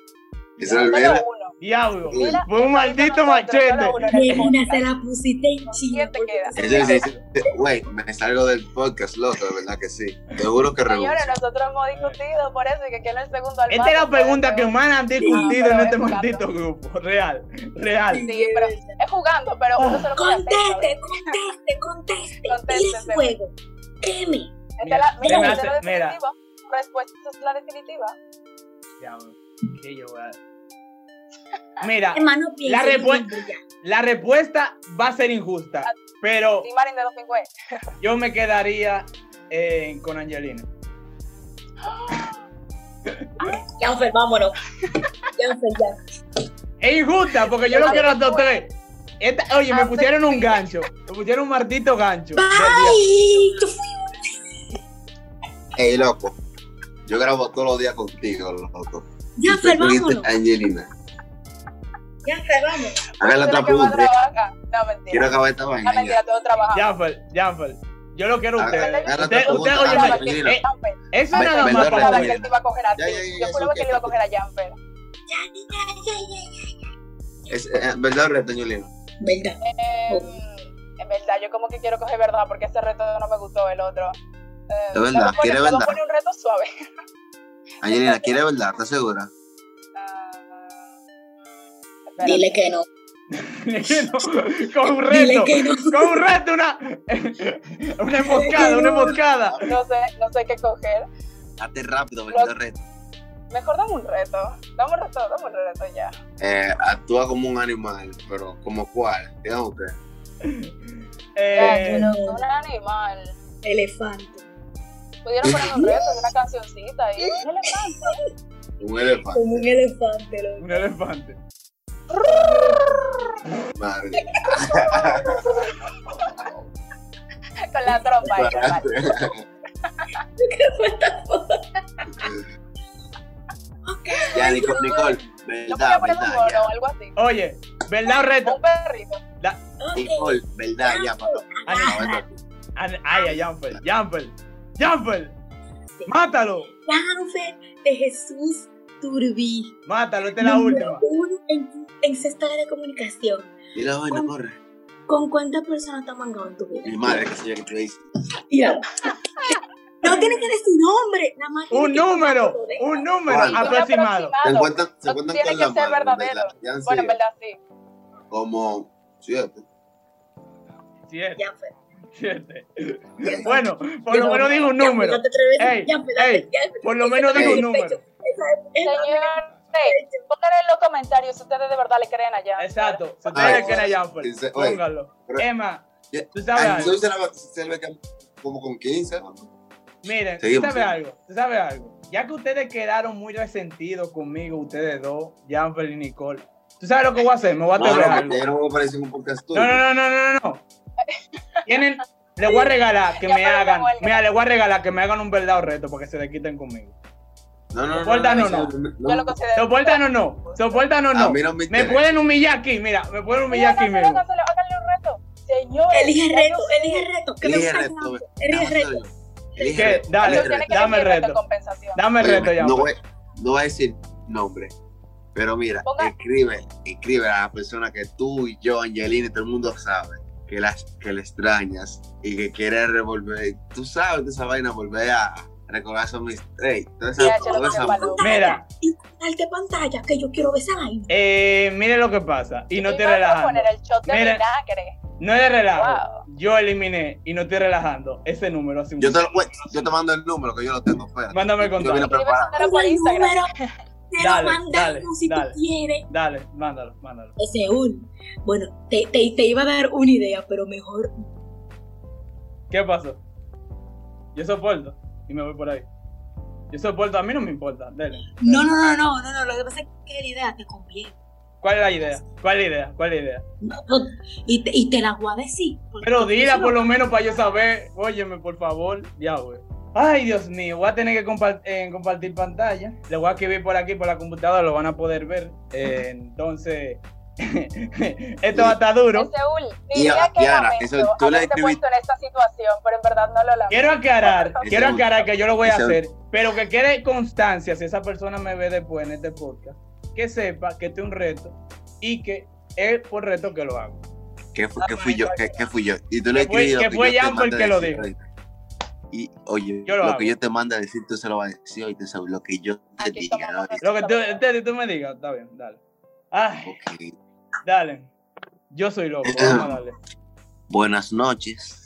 Speaker 8: Esa albera.
Speaker 3: uno.
Speaker 7: Diablo.
Speaker 3: Mira,
Speaker 7: Fue un maldito
Speaker 3: nosotros,
Speaker 7: machete.
Speaker 3: solo uno en el
Speaker 9: Nena,
Speaker 3: podcast.
Speaker 9: se la pusiste en
Speaker 3: ¿Con
Speaker 9: chino.
Speaker 3: quién te
Speaker 9: porque
Speaker 3: quedas?
Speaker 9: tú
Speaker 8: Ese sí,
Speaker 9: sabes.
Speaker 8: sí, sí. Güey, me salgo del podcast, loco, de verdad que sí. Seguro que renuncio.
Speaker 3: Señores, nosotros hemos discutido por eso y que quién es el segundo al
Speaker 7: Esta es la
Speaker 3: mando,
Speaker 7: pregunta que
Speaker 3: pero-
Speaker 7: más han discutido en
Speaker 3: pero es
Speaker 7: este
Speaker 3: jugando.
Speaker 7: maldito grupo. Real, real.
Speaker 3: Sí, pero es jugando, pero
Speaker 8: Oh,
Speaker 3: uno se lo puede hacer.
Speaker 9: Conteste, conteste, conteste.
Speaker 3: Conteste,
Speaker 9: Dile fuego. Queme.
Speaker 3: Esta es la-
Speaker 7: Mira,
Speaker 3: Mira,
Speaker 7: mira,
Speaker 3: esta es la
Speaker 7: mira.
Speaker 3: definitiva. Respuesta esta es la definitiva.
Speaker 7: Diablo, qué llorar. Mira,
Speaker 9: Hermano, piensa.
Speaker 7: La
Speaker 9: en
Speaker 7: repu-
Speaker 9: el ya.
Speaker 7: la respuesta va a ser injusta,
Speaker 9: Ah,
Speaker 7: pero
Speaker 3: Y Marin de los 50.
Speaker 7: yo me quedaría eh, con Angelina.
Speaker 9: Ya, Fer, vámonos. Ya, Fer, ya.
Speaker 7: Es injusta porque yo lo quiero a los tres. Esta- oye, me
Speaker 9: Ah,
Speaker 3: Antes-
Speaker 7: pusieron un gancho. Me pusieron un martito gancho. del día.
Speaker 9: Ay, tú-
Speaker 8: Ey, loco. Yo grabo todos los días contigo, loco.
Speaker 9: Ya,
Speaker 8: Tú
Speaker 9: Fer,
Speaker 8: tuviste
Speaker 9: vámonos.
Speaker 8: Angelina.
Speaker 9: Ya, Fer, vámonos.
Speaker 8: Hágale otra
Speaker 3: Tú eres el que
Speaker 8: pregunta.
Speaker 3: más trabaja. Ah,
Speaker 8: Quiero
Speaker 3: No, mentira.
Speaker 8: acabar esta
Speaker 3: No,
Speaker 8: vaina. ya.
Speaker 3: mentira, todos trabajamos.
Speaker 7: Janfer, Janfer, yo lo quiero a ustedes.
Speaker 8: Hágale
Speaker 7: Usted-
Speaker 8: otra
Speaker 7: usted,
Speaker 8: pregunta.
Speaker 7: oye,
Speaker 8: Hágale,
Speaker 3: Yo
Speaker 7: me-
Speaker 8: Angelina.
Speaker 7: eh, eso
Speaker 8: Me-
Speaker 7: nada
Speaker 8: me
Speaker 7: más para
Speaker 8: duele la
Speaker 3: juraba
Speaker 7: la
Speaker 3: que él te iba a coger a ti.
Speaker 8: Ya, ya, ya,
Speaker 3: Yo
Speaker 8: ya,
Speaker 3: juraba
Speaker 8: sí,
Speaker 3: que él iba a
Speaker 8: ok.
Speaker 3: coger a Jamper.
Speaker 9: Ya, ya, ya, ya, ya.
Speaker 8: Es, eh, ¿Verdad, reto, Angelina?
Speaker 9: ¿Verdad?
Speaker 3: Eh, en verdad, yo como que quiero coger verdad porque ese reto no me gustó, el otro. Eh,
Speaker 8: Es verdad,
Speaker 3: luego pone-
Speaker 8: quiere
Speaker 3: luego
Speaker 8: verdad.
Speaker 3: pone un reto suave.
Speaker 8: Angelina, ¿quiere verdad? ¿Estás segura?
Speaker 3: Ah, espérate.
Speaker 9: Dile que no.
Speaker 7: No,
Speaker 9: *laughs*
Speaker 7: con un
Speaker 9: Dile
Speaker 7: reto.
Speaker 9: que no.
Speaker 7: Con un reto, una. *laughs* Una emboscada, una
Speaker 9: *laughs*
Speaker 7: emboscada.
Speaker 3: No sé, no sé qué coger.
Speaker 8: Hazte rápido, ¿verdad, reto?
Speaker 3: Mejor dame un reto. Dame un reto, dame un reto ya.
Speaker 8: Eh, actúa como un animal, pero ¿como cuál? Digan ustedes.
Speaker 9: Ah,
Speaker 3: Eh,
Speaker 7: Eh,
Speaker 3: pero con un animal.
Speaker 9: Elefante.
Speaker 3: Pudieron poner un reto, una cancioncita ahí. Un elefante.
Speaker 8: Un elefante.
Speaker 9: Como un elefante, loco.
Speaker 7: un elefante.
Speaker 8: Madre.
Speaker 3: Con la trompa ahí, normal.
Speaker 9: ¿Qué *laughs* fue esta foto?
Speaker 8: *laughs* ya, Nicole, Nicole,
Speaker 3: No podía
Speaker 8: verdad,
Speaker 3: poner un
Speaker 8: verdad,
Speaker 3: mono o
Speaker 8: ya.
Speaker 3: algo así.
Speaker 7: Oye, ¿verdad o reto?
Speaker 3: Un perrito.
Speaker 9: Ok.
Speaker 8: Nicole, verdad, ya, Ah, papá.
Speaker 7: Ay, Ah, ay, ay, Janfer, Janfer, Janfer. Mátalo,
Speaker 9: Danfer de Jesús Turbí.
Speaker 7: mátalo, esta es la última.
Speaker 9: Número Uno en, en sexta de comunicación.
Speaker 8: Y la vaina, corre.
Speaker 9: ¿Con cuántas personas te has mangado en tu vida?
Speaker 8: Mi madre, que sé yo que te dice.
Speaker 9: Ya. *laughs* No tienes que decir nombre, nada más. tienes
Speaker 7: Un
Speaker 9: que-
Speaker 7: número, un número
Speaker 8: ¿Cuál?
Speaker 7: aproximado.
Speaker 8: Se
Speaker 3: Un aproximado.
Speaker 8: encuentran, se
Speaker 3: No
Speaker 8: encuentran
Speaker 3: tiene
Speaker 8: con
Speaker 3: que
Speaker 8: la
Speaker 3: ser
Speaker 8: madre,
Speaker 3: verdadero.
Speaker 8: ¿verdad? Ya han
Speaker 3: Bueno, en
Speaker 8: sido
Speaker 3: verdad sí.
Speaker 8: como siete.
Speaker 7: Siete,
Speaker 9: Ya fue.
Speaker 7: siete.
Speaker 9: ya
Speaker 8: *laughs*
Speaker 9: fue.
Speaker 7: Bueno, por lo
Speaker 9: Ya,
Speaker 7: menos digo un
Speaker 9: ya fue,
Speaker 7: número.
Speaker 9: no te atreves a
Speaker 7: Ey,
Speaker 9: decir, ya fue, ya
Speaker 7: ey,
Speaker 9: fue, ya fue.
Speaker 7: Por lo menos digo un
Speaker 8: Ey.
Speaker 7: número.
Speaker 3: Señores, pónganlo en los comentarios si ustedes de verdad le creen allá.
Speaker 7: Exacto. Si
Speaker 8: Ay,
Speaker 7: ustedes quieren a Janfer,
Speaker 8: Ah, Dice, oye,
Speaker 7: pues. póngalo.
Speaker 8: pero-
Speaker 7: Emma,
Speaker 8: Ya, ah,
Speaker 7: tú sabes
Speaker 8: Ay,
Speaker 7: algo.
Speaker 8: Jesús se la- se le ve como con 15. ¿no?
Speaker 7: Miren, tú
Speaker 8: Seguimos,
Speaker 7: sabes
Speaker 8: seguimos.
Speaker 7: algo, tú sabes algo. Ya que ustedes quedaron muy resentidos conmigo, ustedes dos, Janfer y Nicole. ¿Tú sabes lo que voy a hacer? Me voy a
Speaker 8: No, no,
Speaker 7: atrever
Speaker 8: que
Speaker 7: algo.
Speaker 8: te dieron un parecido un podcast tuyo.
Speaker 7: No, no, no, no, no, no, no.
Speaker 8: *laughs*
Speaker 7: Tienen, les voy a regalar que
Speaker 3: Ya
Speaker 7: me
Speaker 3: para la
Speaker 7: hagan,
Speaker 3: huelga.
Speaker 7: mira, les voy a regalar que me hagan un verdadero reto para que se desquiten conmigo.
Speaker 8: No, no,
Speaker 7: Soportan o no.
Speaker 8: no,
Speaker 3: Yo lo
Speaker 8: no.
Speaker 3: considero.
Speaker 7: ¿Soportan o no? ¿Soportan o
Speaker 8: A
Speaker 7: no?
Speaker 8: mí no me
Speaker 7: Me
Speaker 8: interesa.
Speaker 7: pueden humillar aquí, mira, me pueden humillar
Speaker 3: Mira,
Speaker 7: aquí
Speaker 3: háganlo,
Speaker 7: mismo.
Speaker 3: háganlo, háganle un reto. Señores,
Speaker 9: Elige el
Speaker 3: ya yo
Speaker 9: reto,
Speaker 3: sé.
Speaker 9: elige el reto. Que me
Speaker 8: Elige el
Speaker 9: gusta
Speaker 8: reto,
Speaker 9: el
Speaker 8: ve.
Speaker 9: reto. Elige el reto.
Speaker 8: Elige
Speaker 7: ¿Qué?
Speaker 8: reto,
Speaker 7: Dale,
Speaker 8: elige
Speaker 3: Tú tienes que
Speaker 7: dame
Speaker 3: elegir
Speaker 7: el
Speaker 3: reto de
Speaker 7: reto.
Speaker 3: compensación.
Speaker 7: Dame el
Speaker 8: Oye,
Speaker 7: reto, pues.
Speaker 8: no
Speaker 7: Janfer.
Speaker 8: voy, no voy a decir nombre, pero mira,
Speaker 3: Ponga-
Speaker 8: escribe, escribe a la persona que tú y yo, Angelina, y todo el mundo sabe que las que le extrañas y que quieres revolver. Tú sabes que esa vaina volver a recordar esos mis ey, toda esa-
Speaker 3: Ya, yo lo
Speaker 8: toda
Speaker 3: que
Speaker 8: esa-
Speaker 3: me falta.
Speaker 9: Pantalla,
Speaker 7: Mira.
Speaker 9: Y salte pantalla que yo quiero besar ahí.
Speaker 7: Eh, mire lo que pasa, y no
Speaker 3: Yo
Speaker 7: te
Speaker 3: iba a
Speaker 7: relajas.
Speaker 3: poner el shot de
Speaker 7: Mira.
Speaker 3: vinagre.
Speaker 7: No es de relajo. Yo eliminé y no estoy relajando ese número. Así
Speaker 8: Yo te, lo, güey, yo te mando el número que yo lo tengo, espérate.
Speaker 7: Mándame el
Speaker 8: Yo
Speaker 7: contacto.
Speaker 8: vine preparado.
Speaker 3: Mándalo por
Speaker 9: Tengo el
Speaker 3: Instagram.
Speaker 9: número, Te
Speaker 7: Dale,
Speaker 9: lo
Speaker 7: dale,
Speaker 9: mandamos si tú
Speaker 7: dale.
Speaker 9: quieres.
Speaker 7: Dale, mándalo, mándalo.
Speaker 9: Ese uno. Bueno, te, te, te iba a dar una idea, pero mejor.
Speaker 7: ¿Qué pasó? Yo soporto y me voy por ahí. Yo soporto, a mí no me importa. Dale.
Speaker 9: No, no, no, no, no, no. Lo que pasa es que la idea te conviene.
Speaker 7: ¿Cuál es la idea? ¿Cuál es la idea? ¿Cuál es la idea?
Speaker 9: No, no, y, te, y te la voy a decir. porque
Speaker 7: Pero dila
Speaker 9: tú
Speaker 7: por lo menos para yo saber. Óyeme, por favor. Ya, güey. Ay, Dios mío, voy a tener que compar- eh, compartir pantalla. Le voy a escribir por aquí, por la computadora, lo van a poder ver. Eh, entonces, *laughs* esto va a estar duro.
Speaker 3: En Seúl,
Speaker 8: Y-
Speaker 3: diría que
Speaker 8: y ahora,
Speaker 3: lamento
Speaker 8: eso, tú le
Speaker 3: haberte
Speaker 8: escribiste-
Speaker 3: puesto en esta situación, pero en verdad no lo lamento.
Speaker 7: Quiero aclarar,
Speaker 8: Ese
Speaker 7: quiero
Speaker 8: es un-
Speaker 7: aclarar que yo lo voy a
Speaker 8: ese es un-
Speaker 7: hacer, pero que quede constancia si esa persona me ve después en este podcast, que sepa que este es un reto y que es por reto que lo hago.
Speaker 8: que, fu- que fui yo, que, que fui yo. Y tú lo
Speaker 7: Ah, Que fue-
Speaker 8: escribes.
Speaker 7: que fue Jan
Speaker 8: porque
Speaker 7: el que lo
Speaker 8: Y oye,
Speaker 7: Yo lo
Speaker 8: lo,
Speaker 7: hago.
Speaker 8: que yo te mande a decir, tú se lo vas a decir hoy, te sabes, lo que yo te
Speaker 3: Aquí
Speaker 8: diga.
Speaker 3: tomamos
Speaker 8: ¿no?
Speaker 7: Lo que tú, Teddy, tú me digas, está bien, dale. Ay,
Speaker 8: Ok.
Speaker 7: dale. Yo soy loco, vamos a darle.
Speaker 8: Buenas noches.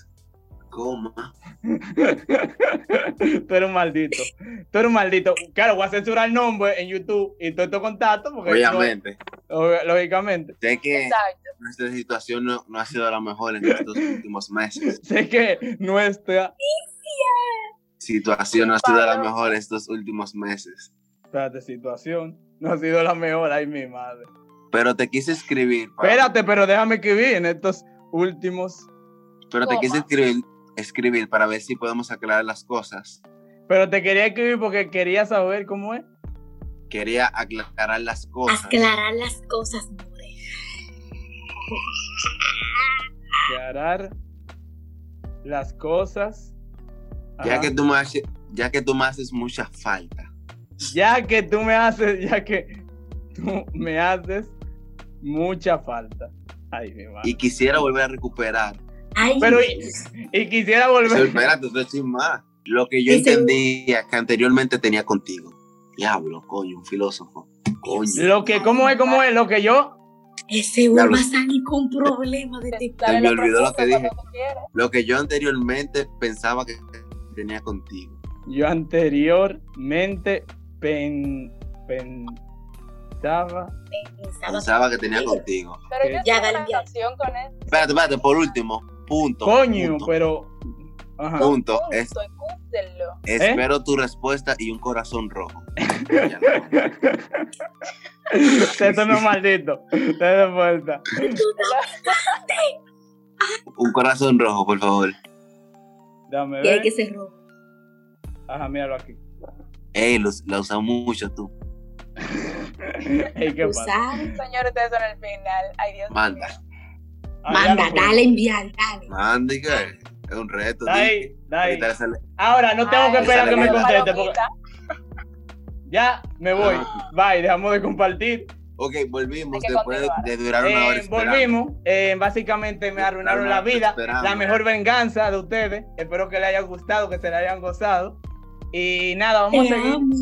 Speaker 8: Coma.
Speaker 7: tú eres un maldito. Tú eres un maldito. Claro, voy a censurar el nombre en YouTube y todo estos contactos porque
Speaker 8: Obviamente.
Speaker 7: no- ob- lógicamente.
Speaker 8: Sé que
Speaker 3: Exacto.
Speaker 8: nuestra situación no, no ha sido la mejor en
Speaker 7: *laughs*
Speaker 8: estos últimos meses.
Speaker 7: Sé que nuestra.
Speaker 8: Situación no ha sido la mejor en estos últimos meses.
Speaker 7: Espérate, situación no ha sido la mejor. Ay, mi madre.
Speaker 8: Pero te quise escribir. para-
Speaker 7: Espérate, pero déjame escribir en estos últimos.
Speaker 8: Pero te quise
Speaker 3: Coma.
Speaker 8: escribir, escribir para ver si podemos aclarar las cosas.
Speaker 7: Pero te quería escribir porque quería saber cómo es.
Speaker 8: Quería aclarar las cosas.
Speaker 9: Aclarar las cosas, more.
Speaker 7: Aclarar las cosas.
Speaker 8: Ya
Speaker 7: Ajá.
Speaker 8: que, tú me haces, ya que tú me haces mucha falta.
Speaker 7: ya que tú me haces, ya que tú me haces mucha falta. Ay, mi madre.
Speaker 8: Y quisiera volver a recuperar.
Speaker 9: Ay,
Speaker 7: Pero y,
Speaker 9: Dios.
Speaker 7: y quisiera
Speaker 8: Eso,
Speaker 7: volver.
Speaker 8: espérate, estoy sin más. Lo que yo
Speaker 9: Sí, seguro.
Speaker 8: entendía que anteriormente tenía contigo. Diablo, coño, un filósofo. Coño.
Speaker 7: Lo que, ¿cómo es? ¿Cómo es? Lo que yo.
Speaker 9: ese uno
Speaker 8: Claro.
Speaker 9: va a salir con problemas de ti.
Speaker 3: Dale
Speaker 8: me
Speaker 3: los
Speaker 8: olvidó lo
Speaker 3: procesos
Speaker 8: que dije.
Speaker 3: cuando tú quieras.
Speaker 8: Lo que yo anteriormente pensaba que tenía contigo.
Speaker 7: Yo anteriormente pen- pensaba.
Speaker 9: Pensaba
Speaker 8: Pensaba que tenía contigo.
Speaker 3: Pero yo
Speaker 7: Ya,
Speaker 3: tengo
Speaker 9: dale,
Speaker 3: una
Speaker 9: ya.
Speaker 3: relación con él.
Speaker 8: Espérate, espérate, por último. Punto.
Speaker 7: Coño,
Speaker 8: punto,
Speaker 7: pero. Ajá. *laughs* ¿Eh?
Speaker 8: punto.
Speaker 3: Justo,
Speaker 8: Es-
Speaker 3: escúchenlo.
Speaker 8: espero tu respuesta y un corazón rojo. Ya,
Speaker 7: Te tomé maldito. Te doy vuelta.
Speaker 8: un corazón rojo, por favor.
Speaker 7: Dame
Speaker 9: que hay
Speaker 7: ver.
Speaker 9: que ser rojo.
Speaker 7: Ajá, míralo aquí.
Speaker 8: Ey, los- la usas mucho tú.
Speaker 7: Ey, ¿qué
Speaker 9: Tú
Speaker 7: pasa?
Speaker 9: sabes.
Speaker 3: Señor, ustedes son el final. Ay, Dios mío.
Speaker 8: Manda.
Speaker 7: Ah, ya
Speaker 9: Manda,
Speaker 7: lo puse.
Speaker 9: dale enviar, dale.
Speaker 8: Manda, que es un reto.
Speaker 7: Da ahí,
Speaker 8: dije.
Speaker 7: da ahí.
Speaker 8: Ahorita le sale-
Speaker 7: Ahora no tengo que
Speaker 3: Ay,
Speaker 7: esperar que me
Speaker 8: Sale
Speaker 7: conteste. porque-
Speaker 3: palomita.
Speaker 7: Ya me voy.
Speaker 8: Ah.
Speaker 7: Bye, dejamos de compartir.
Speaker 8: Ok, volvimos
Speaker 3: Hay que
Speaker 8: después de,
Speaker 3: continuar.
Speaker 8: de durar una
Speaker 7: Eh,
Speaker 8: hora. esperando.
Speaker 7: volvimos. Eh, básicamente me
Speaker 8: Una
Speaker 7: arruinaron
Speaker 8: hora
Speaker 7: la vida.
Speaker 8: esperando.
Speaker 7: La mejor venganza de ustedes. Espero que les haya gustado, que se la hayan gozado. Y nada, vamos a
Speaker 9: Te
Speaker 7: seguir.
Speaker 9: amo.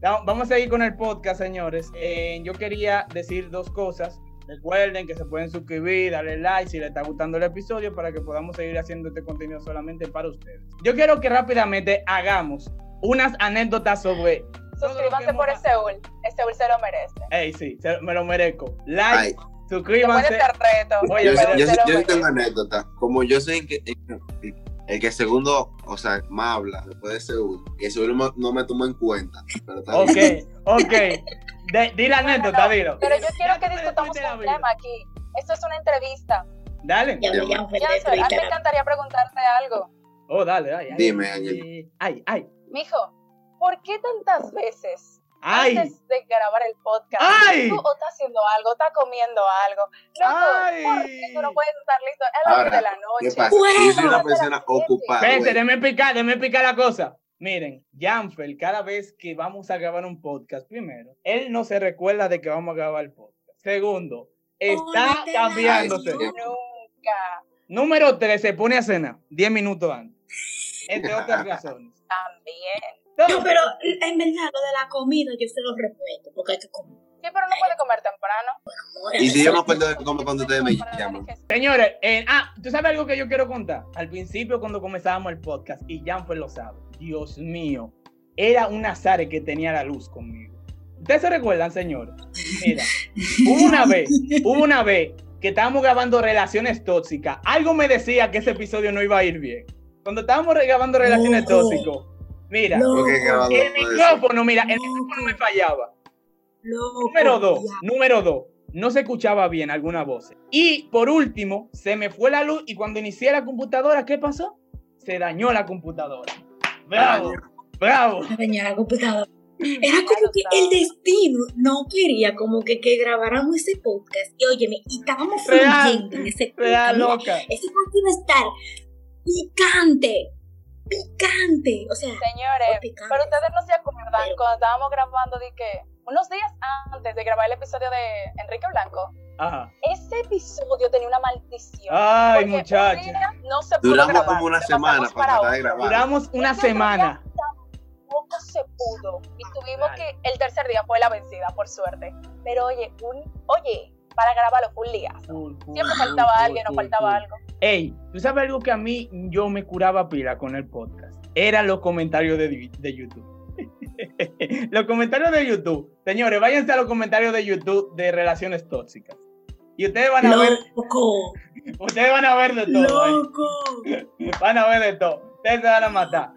Speaker 7: Da- Vamos a seguir con el podcast, señores. Eh, yo quería decir dos cosas. Recuerden que se pueden suscribir, darle like si les está gustando el episodio para que podamos seguir haciendo este contenido solamente para ustedes. Yo quiero que rápidamente hagamos unas anécdotas sobre...
Speaker 3: Suscríbanse por el Seúl. El Seúl se lo merece.
Speaker 7: Hey, sí, se- me lo merezco.
Speaker 8: Ay,
Speaker 7: Like,
Speaker 3: Después de
Speaker 7: suscríbanse.
Speaker 3: este reto.
Speaker 7: Oye,
Speaker 8: yo,
Speaker 7: pero
Speaker 8: yo- yo
Speaker 3: se lo
Speaker 8: sí
Speaker 3: merece.
Speaker 8: tengo anécdota. Como yo soy el que, el- el que segundo, o sea, más habla después de seguro. Y el segundo no- no me tomó en cuenta. Pero está
Speaker 7: Ok,
Speaker 8: bien.
Speaker 7: ok. De- di la
Speaker 3: No, no,
Speaker 7: anécdota,
Speaker 3: no,
Speaker 7: dilo.
Speaker 3: Pero yo quiero
Speaker 7: Ya
Speaker 3: que
Speaker 7: tú me
Speaker 3: discutamos
Speaker 7: descuides la
Speaker 3: un
Speaker 7: vida.
Speaker 3: tema aquí. Esto es una entrevista.
Speaker 7: Dale.
Speaker 9: Ya me llamo
Speaker 3: Janser, a mí me
Speaker 9: Fernando.
Speaker 3: encantaría preguntarte algo.
Speaker 7: Oh, dale, ay, ay.
Speaker 8: Dime,
Speaker 7: ay, ay, ay.
Speaker 3: Mijo, ¿por qué tantas veces
Speaker 7: Ay,
Speaker 3: antes de grabar el podcast
Speaker 7: Ay.
Speaker 3: tú o estás haciendo algo, estás comiendo algo? Loco,
Speaker 7: Ay.
Speaker 3: ¿por qué tú no puedes estar listo? Es las
Speaker 8: Ahora,
Speaker 3: 10 de la
Speaker 8: ¿Qué
Speaker 3: noche.
Speaker 8: pasa? Yo soy una
Speaker 3: Bueno.
Speaker 8: persona ocupada.
Speaker 7: espérense,
Speaker 8: güey.
Speaker 7: déme picar, déme picar la cosa. Miren, Janfer, cada vez que vamos a grabar un podcast, primero, él no se recuerda de que vamos a grabar el podcast. Segundo, está
Speaker 9: Ponete la
Speaker 7: cambiándose.
Speaker 9: ayuda.
Speaker 3: Nunca.
Speaker 7: Número tres, se pone a cenar 10 minutos antes. Entre
Speaker 8: *laughs*
Speaker 7: otras razones.
Speaker 3: También.
Speaker 9: No, pero en verdad, lo de la comida yo se lo respeto, porque hay que comer.
Speaker 3: Sí, pero no puede comer temprano.
Speaker 9: amor.
Speaker 8: Y si yo me acuerdo de cómo cuando ustedes me
Speaker 3: Para
Speaker 8: llaman.
Speaker 3: dar que-
Speaker 7: Señores, eh, ah, tú sabes algo que yo quiero contar. Al principio, cuando comenzábamos el podcast, y Janfer lo sabe, Dios mío, era un azar el que tenía la luz conmigo. ¿Ustedes se recuerdan, señores? Mira, hubo una vez, hubo una vez que estábamos grabando Relaciones Tóxicas, algo me decía que ese episodio no iba a ir bien. Cuando estábamos re- grabando Relaciones
Speaker 9: Loco.
Speaker 7: Tóxicas, mira,
Speaker 9: Loco,
Speaker 8: Ok,
Speaker 7: el
Speaker 8: grabado. puede ser.
Speaker 7: micrófono, mira, el
Speaker 9: Loco.
Speaker 7: micrófono me fallaba.
Speaker 9: loco,
Speaker 7: Número dos,
Speaker 9: ya.
Speaker 7: número dos, no se escuchaba bien alguna voz. Y por último, se me fue la luz y cuando inicié la computadora, ¿qué pasó? Se dañó la computadora. Bravo,
Speaker 3: *laughs*
Speaker 7: bravo.
Speaker 9: La señora computadora. Era
Speaker 3: Ya
Speaker 9: como
Speaker 3: lo
Speaker 9: que
Speaker 3: sabes.
Speaker 9: el destino no quería como que, que grabáramos ese podcast. Y óyeme, y estábamos
Speaker 7: Real,
Speaker 9: fluyendo en ese
Speaker 7: Real
Speaker 9: podcast.
Speaker 7: loca.
Speaker 9: Ese podcast iba a estar picante, picante. O sea,
Speaker 3: Señores,
Speaker 9: picante.
Speaker 3: pero ustedes no se acuerdan cuando estábamos grabando de que unos días antes de grabar el episodio de Enrique Blanco,
Speaker 7: Ajá.
Speaker 3: ese episodio tenía una maldición.
Speaker 7: Ay,
Speaker 3: porque un
Speaker 7: muchacha.
Speaker 3: día No se pudo
Speaker 8: Duramos
Speaker 3: grabar,
Speaker 8: como una
Speaker 3: lo
Speaker 8: semana
Speaker 3: pasamos
Speaker 8: para tratar de
Speaker 3: otro.
Speaker 8: grabar.
Speaker 7: Duramos una
Speaker 3: Ese otro
Speaker 7: semana.
Speaker 3: día Tampoco se pudo. Y tuvimos
Speaker 7: Dale.
Speaker 3: que. El tercer día fue la vencida, por suerte. Pero oye, un, oye, para grabarlo fue un día.
Speaker 7: Full, full,
Speaker 3: Siempre
Speaker 7: full,
Speaker 3: faltaba
Speaker 7: full,
Speaker 3: alguien o
Speaker 7: full,
Speaker 3: faltaba
Speaker 7: full.
Speaker 3: algo.
Speaker 7: Ey, ¿tú sabes algo que a mí yo me curaba pila con el podcast? Eran los comentarios de, di- de YouTube. *laughs* los comentarios de YouTube. Señores, váyanse a los comentarios de YouTube de relaciones tóxicas. Y ustedes van a ver,
Speaker 9: Loco,
Speaker 7: ustedes van a ver de todo. ahí.
Speaker 9: loco.
Speaker 7: Van a ver de todo. Ustedes se van a matar.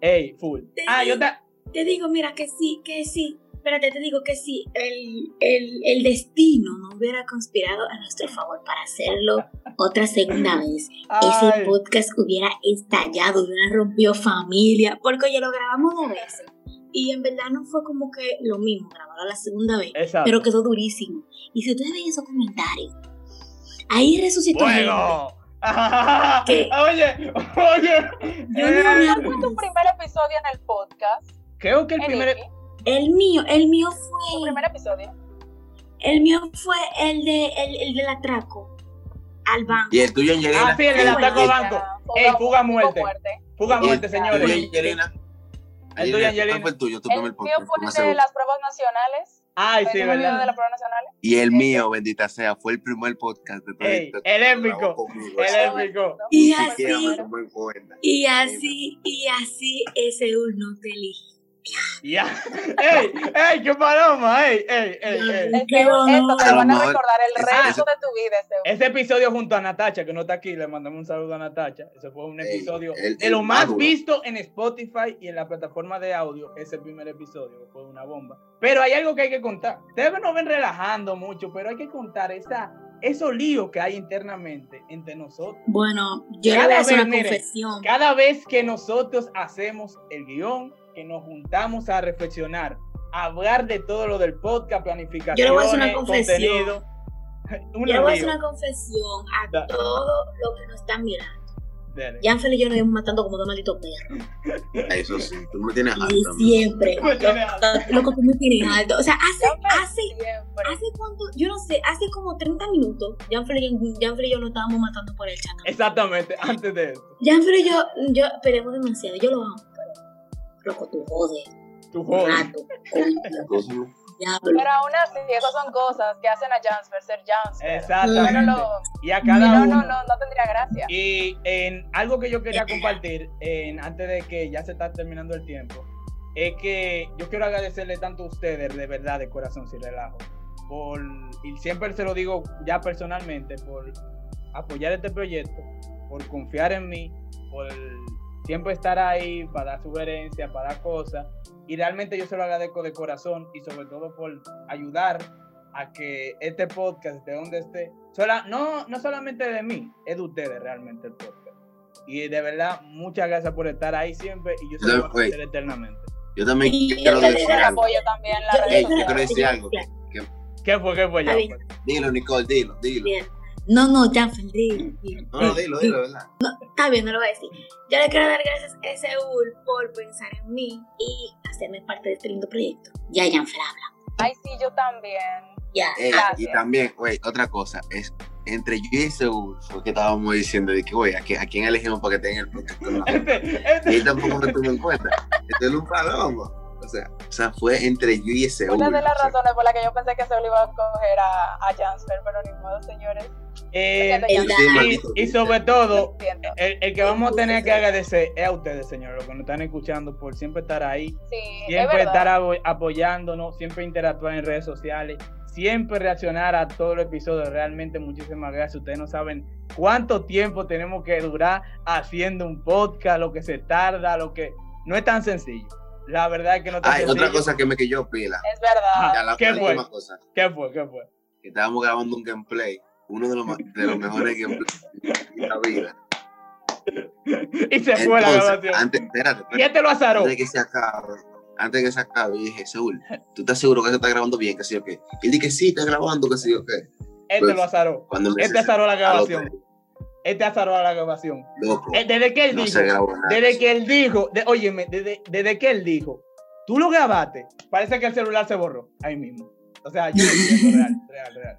Speaker 7: Ey, full.
Speaker 9: Te
Speaker 7: Ah, yo
Speaker 9: digo.
Speaker 7: ta-
Speaker 9: Te digo, mira, que sí, que sí. Espérate, te digo que sí. El, el, el destino no hubiera conspirado a nuestro favor para hacerlo otra segunda vez. Ese
Speaker 7: Ay,
Speaker 9: podcast hubiera estallado, hubiera rompido familia, porque ya lo grabamos dos veces. Y en verdad no fue como que lo mismo, grabarlo la segunda vez,
Speaker 7: Exacto.
Speaker 9: pero quedó durísimo. Y si ustedes ven esos comentarios, ahí resucitó gente.
Speaker 7: ¡Fuego! *laughs*
Speaker 9: ¿Qué?
Speaker 7: Oye, oye.
Speaker 9: Yo no
Speaker 7: Eh,
Speaker 9: había-
Speaker 3: ¿Cuál fue tu primer episodio en el podcast?
Speaker 7: Creo que el
Speaker 3: Enrique?
Speaker 7: primer.
Speaker 9: El mío, el mío
Speaker 3: ¿Tu
Speaker 9: fue,
Speaker 3: primer episodio?
Speaker 9: el mío fue el de el, el del atraco al banco.
Speaker 8: Y el tuyo, Angelina.
Speaker 7: Ah, sí, el del ataque a banco.
Speaker 3: Ah,
Speaker 7: Ey, fuga muerte. Fuga
Speaker 8: Y el
Speaker 7: muerte,
Speaker 8: tuyo,
Speaker 7: señores.
Speaker 8: Angelina.
Speaker 7: El tuyo,
Speaker 8: Angelina, ¿cuál
Speaker 7: Angelina.
Speaker 8: fue el tuyo? Tu
Speaker 3: El
Speaker 8: primer
Speaker 3: mío
Speaker 8: podcast. más
Speaker 3: fue el de
Speaker 8: seguro.
Speaker 3: las pruebas nacionales.
Speaker 7: Ay,
Speaker 3: Fue
Speaker 7: sí,
Speaker 3: el episodio
Speaker 7: ¿verdad?
Speaker 3: de las pruebas nacionales.
Speaker 8: Y el mío, bendita sea, fue el primer podcast de todo
Speaker 7: Ey,
Speaker 8: esto.
Speaker 7: el épico,
Speaker 8: Grabó conmigo,
Speaker 7: el
Speaker 8: sí.
Speaker 7: épico.
Speaker 3: ¿no?
Speaker 9: Y
Speaker 8: Ni
Speaker 9: así-
Speaker 8: siquiera me tomó en cuenta.
Speaker 9: Y así, y así ese uno te eligió.
Speaker 7: Ya. *laughs* ¡Ey! ¡Ey! ¡Qué paloma! ¡Ey! ¡Ey! ¡Ey! ey!
Speaker 9: Ay.
Speaker 3: Este, esto te
Speaker 8: A
Speaker 3: lo
Speaker 8: lo
Speaker 3: van a
Speaker 8: mejor-
Speaker 3: recordar el
Speaker 8: ese-
Speaker 3: resto de tu vida. Este.
Speaker 7: Este episodio junto a Natacha, que no está aquí, le mandamos un saludo a Natacha. Ese fue un
Speaker 8: Ey,
Speaker 7: episodio
Speaker 8: el-
Speaker 7: de lo
Speaker 8: el
Speaker 7: más
Speaker 8: maduro.
Speaker 7: visto en Spotify y en la plataforma de audio. Ese primer episodio fue una bomba. Pero hay algo que hay que contar. Ustedes nos ven relajando mucho, pero hay que contar esa, esos líos que hay internamente entre nosotros.
Speaker 9: Bueno, yo le
Speaker 7: Cada
Speaker 9: voy a hacer
Speaker 7: vez,
Speaker 9: una
Speaker 7: miren,
Speaker 9: confesión.
Speaker 7: Cada vez que nosotros hacemos el guión, que nos juntamos a reflexionar, a hablar de todo lo del podcast, planificación,
Speaker 9: Yo le voy a hacer una confesión.
Speaker 7: contenido. Un
Speaker 9: Yo le voy a
Speaker 7: lío.
Speaker 9: hacer una confesión
Speaker 7: Da-
Speaker 9: a todos los que nos están mirando.
Speaker 7: Dale.
Speaker 9: Yanfel y yo nos íbamos matando como dos malditos perros.
Speaker 8: Ah, Eso sí, tú no tienes
Speaker 9: Y
Speaker 8: alta.
Speaker 9: siempre.
Speaker 7: Ah, *laughs* Me tiene alto.
Speaker 9: Loco, tú me tienes alto. O sea, hace,
Speaker 3: Yo me-
Speaker 9: hace,
Speaker 3: Siempre.
Speaker 9: hace cuánto, yo no sé, hace como 30 minutos, Yanfel y, yo- Yanfel y yo nos estábamos matando por el chat.
Speaker 7: Exactamente, antes de eso.
Speaker 9: Yanfel y yo, yo peleamos demasiado. Yo lo amo, pero. Loco, tú jodes.
Speaker 7: Tu juego.
Speaker 9: Rato, coño, diablo.
Speaker 3: Pero aún así, esas son cosas que hacen a Jansper ser Jansper.
Speaker 7: Exactamente.
Speaker 3: Pero lo-
Speaker 7: Y a
Speaker 3: si
Speaker 7: cada
Speaker 3: no,
Speaker 7: uno.
Speaker 3: no, no, no tendría gracia.
Speaker 7: Y en algo que yo quería compartir, en, antes de que ya se está terminando el tiempo, es que yo quiero agradecerle tanto a ustedes, de verdad, de corazón, sin relajo, por, y siempre se lo digo ya personalmente, por apoyar este proyecto, por confiar en mí, por siempre estar ahí para dar sugerencias, para dar cosas, y realmente yo se lo agradezco de corazón y sobre todo por ayudar a que este podcast de donde esté, sola, no, no solamente de mí, es de ustedes realmente el podcast. Y de verdad, muchas gracias por estar ahí siempre y yo se lo voy a
Speaker 8: Oye.
Speaker 7: agradecer eternamente.
Speaker 8: Yo también
Speaker 9: Y yo
Speaker 8: quiero
Speaker 9: te
Speaker 8: decir
Speaker 3: El
Speaker 9: digo-
Speaker 8: algo.
Speaker 3: apoyo también en la
Speaker 9: Yo-
Speaker 8: Ey,
Speaker 3: red
Speaker 8: yo quiero
Speaker 3: social.
Speaker 8: decir algo.
Speaker 7: ¿Qué fue? ¿Qué fue? Ya,
Speaker 9: Está bien.
Speaker 7: pues.
Speaker 8: Dilo, Nicole, dilo, dilo.
Speaker 9: No, no, Janfel, dilo, dilo.
Speaker 8: No, no, dilo, dilo, ¿verdad?
Speaker 9: Está bien, no lo voy a decir. Yo le quiero dar gracias a Seúl por pensar en mí y hacerme parte de este lindo proyecto. Ya, Janfra, habla.
Speaker 3: Ay, sí, yo también.
Speaker 9: Ya.
Speaker 8: Ey, y
Speaker 3: Gracias.
Speaker 8: también, güey, otra cosa, es entre yo y Seúl fue que estábamos diciendo de que, güey, ¿a, qué- a quién elegimos para que tenga el podcast? con nosotros?
Speaker 7: *laughs* Este,
Speaker 8: y
Speaker 7: este-
Speaker 8: él tampoco me tomó en cuenta. Este es un palomo. O sea, o sea, fue entre yo y Seúl.
Speaker 3: Una de
Speaker 8: o
Speaker 3: las
Speaker 8: sea,
Speaker 3: razones por las que yo pensé que se lo iba a coger a, a Jansper, pero ni modo, señores.
Speaker 7: eh,
Speaker 3: Lo siento,
Speaker 9: el-
Speaker 3: Jansper,
Speaker 8: sí,
Speaker 7: y-
Speaker 8: maldito,
Speaker 7: y, sobre todo,
Speaker 3: lo siento.
Speaker 7: el, el que vamos a tener que agradecer es a ustedes, señores, los que nos están escuchando, por siempre estar ahí,
Speaker 3: Sí, es
Speaker 7: siempre estar
Speaker 3: verdad.
Speaker 7: abo- apoyándonos, siempre interactuar en redes sociales, siempre reaccionar a todos los episodios. Realmente, muchísimas gracias. Ustedes no saben cuánto tiempo tenemos que durar haciendo un podcast, lo que se tarda, lo que no es tan sencillo. La verdad es que no es tan
Speaker 8: Ay,
Speaker 7: sencillo.
Speaker 8: otra cosa que me que yo pila.
Speaker 3: Es verdad.
Speaker 8: Ya la
Speaker 7: ¿Qué
Speaker 8: última
Speaker 7: fue?
Speaker 8: cosa.
Speaker 7: ¿Qué fue? ¿Qué fue?
Speaker 8: que estábamos grabando un gameplay, uno de los, ma- de los mejores gameplays de la vida.
Speaker 7: Y *laughs* se fue la
Speaker 8: Entonces,
Speaker 7: grabación.
Speaker 8: antes, espérate, espérate,
Speaker 7: Y este lo azaró.
Speaker 8: antes de que se acabe, antes de que se acabe, yo dije, Seúl, ¿tú estás seguro que se está grabando bien? Que sí o qué. Y él dije, sí, está grabando, que sí o qué.
Speaker 7: Este
Speaker 8: Pues,
Speaker 7: lo azaró.
Speaker 8: Cuando me
Speaker 7: Este
Speaker 8: dice,
Speaker 7: azaró la
Speaker 8: "Aló,
Speaker 7: grabación. Este azaró la grabación.
Speaker 8: loco,
Speaker 7: Eh, Desde que él
Speaker 8: no
Speaker 7: dijo,
Speaker 8: se grabó nada.
Speaker 7: desde que él dijo, de- óyeme, desde, desde que él dijo, Tú lo grabaste. Parece que el celular se borró ahí mismo. O sea, yo lo entiendo, real, real, real.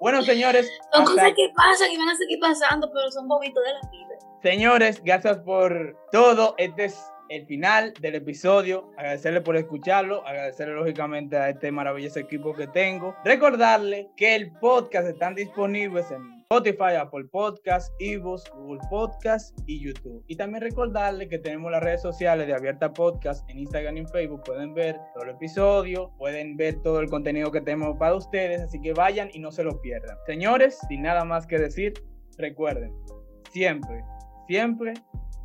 Speaker 7: Bueno, señores.
Speaker 9: Son
Speaker 7: hasta
Speaker 9: cosas que pasan y van a seguir pasando, pero son bobitos de la vida.
Speaker 7: Señores, gracias por todo. Este es el final del episodio. Agradecerle por escucharlo. Agradecerle lógicamente a este maravilloso equipo que tengo. Recordarle que el podcast están disponibles en Spotify, Apple Podcast, Evox, Google Podcast y YouTube. Y también recordarle que tenemos las redes sociales de Abierta Podcast en Instagram y en Facebook. Pueden ver todo el episodio, pueden ver todo el contenido que tenemos para ustedes. Así que vayan y no se lo pierdan. Señores, sin nada más que decir, recuerden, siempre, siempre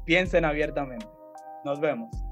Speaker 7: piensen abiertamente. Nos vemos.